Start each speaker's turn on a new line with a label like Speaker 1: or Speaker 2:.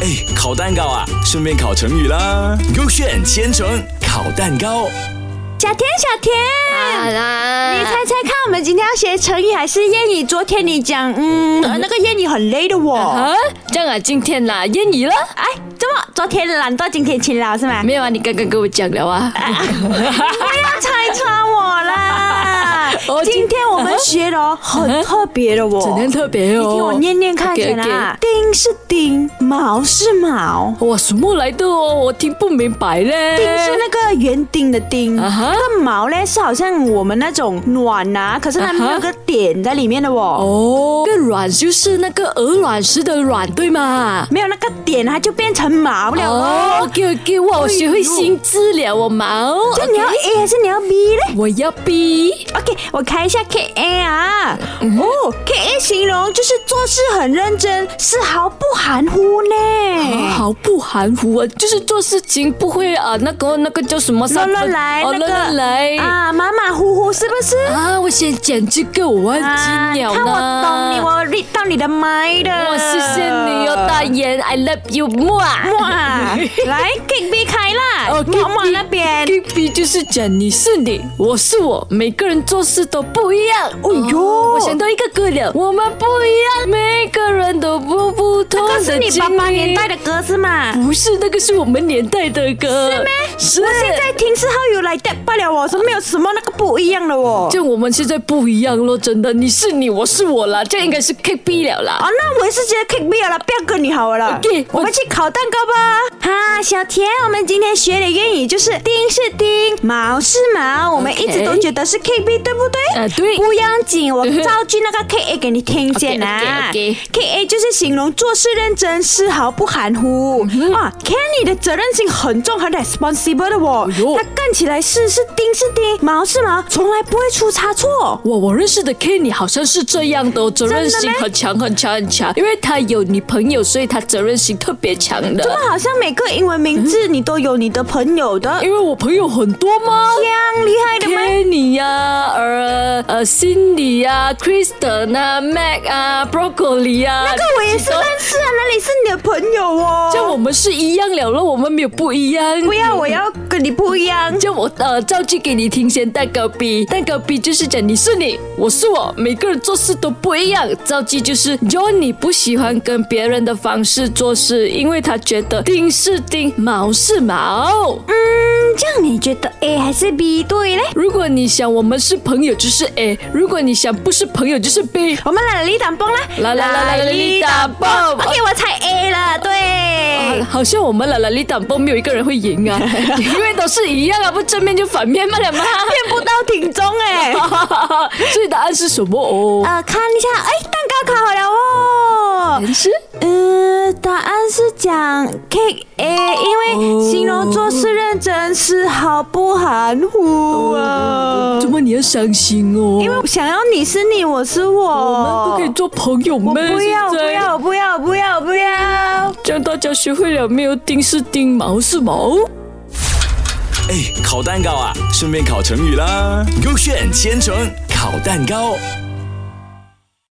Speaker 1: 哎，烤蛋糕啊，顺便烤成语啦。勾选千层烤蛋糕，
Speaker 2: 小田，小田，
Speaker 3: 好啦，
Speaker 2: 你猜猜看，我们今天要学成语还是谚语？昨天你讲，嗯，呃那个谚语很累的哦。
Speaker 3: 啊？这样啊，今天啦，谚语了。
Speaker 2: 哎，怎么昨天懒惰，今天勤劳是吗？
Speaker 3: 没有啊，你刚刚跟我讲了啊。
Speaker 2: 不要拆穿我啦
Speaker 3: 我！今啊
Speaker 2: 今天我们学的哦很特别的哦，
Speaker 3: 怎样特别哦
Speaker 2: 你听我念念看先啊。丁是丁，毛是毛，
Speaker 3: 哇，什么来的哦？我听不明白嘞。
Speaker 2: 丁是那个园丁的丁，
Speaker 3: 哎啊哈
Speaker 2: 那个毛呢是好像我们那种暖啊，可是它没有
Speaker 3: 啊哈
Speaker 2: 个点在里面的哦。
Speaker 3: 哦，那个卵就是那个鹅卵石的卵，对吗？
Speaker 2: 没有那个点，它就变成毛了
Speaker 3: 哦
Speaker 2: 哦。
Speaker 3: ，OK OK，哇，我学会新知了，我毛。
Speaker 2: 那你要 A 还是你要 B 呢
Speaker 3: 我要 B。
Speaker 2: ？OK，我看一下 K A 啊。
Speaker 3: 嗯
Speaker 2: 哦，K A 形容就是做事很认真，丝毫不含糊呢。
Speaker 3: 毫哦不含糊啊，就是做事情不会啊，那个那个叫什么三
Speaker 2: 乱乱
Speaker 3: 分？
Speaker 2: 来，
Speaker 3: 哦，
Speaker 2: 那
Speaker 3: 乱乱
Speaker 2: 个
Speaker 3: 来啊！
Speaker 2: 啊，马马虎虎是不是？
Speaker 3: 我先讲这个，我忘记啊了呢。
Speaker 2: 看我懂你，我 read 到你的麦的。
Speaker 3: 哇，谢谢你哦，大眼，I love you，么啊
Speaker 2: 哇，来 K B 开啦，
Speaker 3: 哦
Speaker 2: 默默
Speaker 3: Gibby-
Speaker 2: 那边。
Speaker 3: ，Gibby 就是讲你是你，我是我，每个人做事都不一样。哎
Speaker 2: 呦
Speaker 3: 我想到一个歌了，我们不一样，每个人都不不同
Speaker 2: 这
Speaker 3: 的
Speaker 2: 是
Speaker 3: 经历。
Speaker 2: 你爸爸年代的歌是吗？
Speaker 3: 不是，那个是我们年代的歌。是吗？是。
Speaker 2: 我现在听是好有来的罢了哦，是没有什么那个不一样的哦。
Speaker 3: 就我们现在不一样咯，真的，你是你，我是我啦，这样应该是 K B 了啦。
Speaker 2: 哦，那我也是觉得 K B 了啦，不要跟你好了啦
Speaker 3: OK，
Speaker 2: 我们去烤蛋糕吧。哈，小田，我们今天学的谚语就是丁是丁，毛是毛，我们一直
Speaker 3: OK
Speaker 2: 都觉得是 K B，对不对？
Speaker 3: 呃对
Speaker 2: 不要紧，我造句那个 K A 给你听见啊。
Speaker 3: OK，OK，OK
Speaker 2: K A 就是形容做事认真，丝毫不含
Speaker 3: 嗯
Speaker 2: 糊。哇，Kenny 的责任心很重，很 responsible 的哦
Speaker 3: 哎。呦
Speaker 2: 他干起来事是丁是丁，毛是毛，从来不会出差错。
Speaker 3: 我我认识的 Kenny 好像是这样的、哦，责任
Speaker 2: 真的
Speaker 3: 心
Speaker 2: 咩
Speaker 3: 很强很强很强，因为他有女朋友，所以他责任心特别强的。
Speaker 2: 那好像每个英文名
Speaker 3: 嗯
Speaker 2: 字你都有你的朋友的，
Speaker 3: 因为我朋友很多吗
Speaker 2: 这样厉害的吗？
Speaker 3: ？Kenny 呀、呃呃，Cindy 呀、Kristen 啊，Mac 啊，Broccoli 呀、
Speaker 2: 那个我也是认识啊，哪里是你的朋友哦？
Speaker 3: 这样我们是一样了咯，我们没有不一样。
Speaker 2: 不要，我要跟你不一样。
Speaker 3: 叫我呃造句给你听先，蛋糕 B，蛋糕 B 就是讲你是你，我是我，每个人做事都不一样。造句就是 Johnny 不喜欢跟别人的方式做事，因为他觉得丁是丁，毛是毛。
Speaker 2: 嗯，这样你觉得 A 还是 B 对嘞？
Speaker 3: 如果你想我们是朋友，就是 A；如果你想不是朋友，就是 B。
Speaker 2: 我们来力打蹦啦，
Speaker 3: 啦啦啦啦啦力打蹦
Speaker 2: OK，我猜 A 了，
Speaker 3: 啊
Speaker 2: 对。
Speaker 3: 好像我们啦啦里党波没有一个人会赢 啊，因为都是一样啊，不正面就反面嘛 了嘛。
Speaker 2: 骗不到听众哎。
Speaker 3: 所以答案是什么哦？
Speaker 2: 呃，看一下，哎，蛋糕烤好了哦。
Speaker 3: 是。
Speaker 2: 嗯，答案是讲 K A，因为形容做事认真，丝毫不含糊啊。
Speaker 3: 怎么你要伤心哦？
Speaker 2: 因为想要你是你，我是我，
Speaker 3: 我们不可以做朋友
Speaker 2: 哦
Speaker 3: 吗？
Speaker 2: 我不要，我
Speaker 3: 现
Speaker 2: 不
Speaker 3: 在
Speaker 2: 要，！我不要，我不要，我不要。
Speaker 3: 这样大家学会了没有？丁是丁，毛是毛。
Speaker 1: 哎，烤蛋糕啊，顺便烤成语啦。勾选千层烤蛋糕。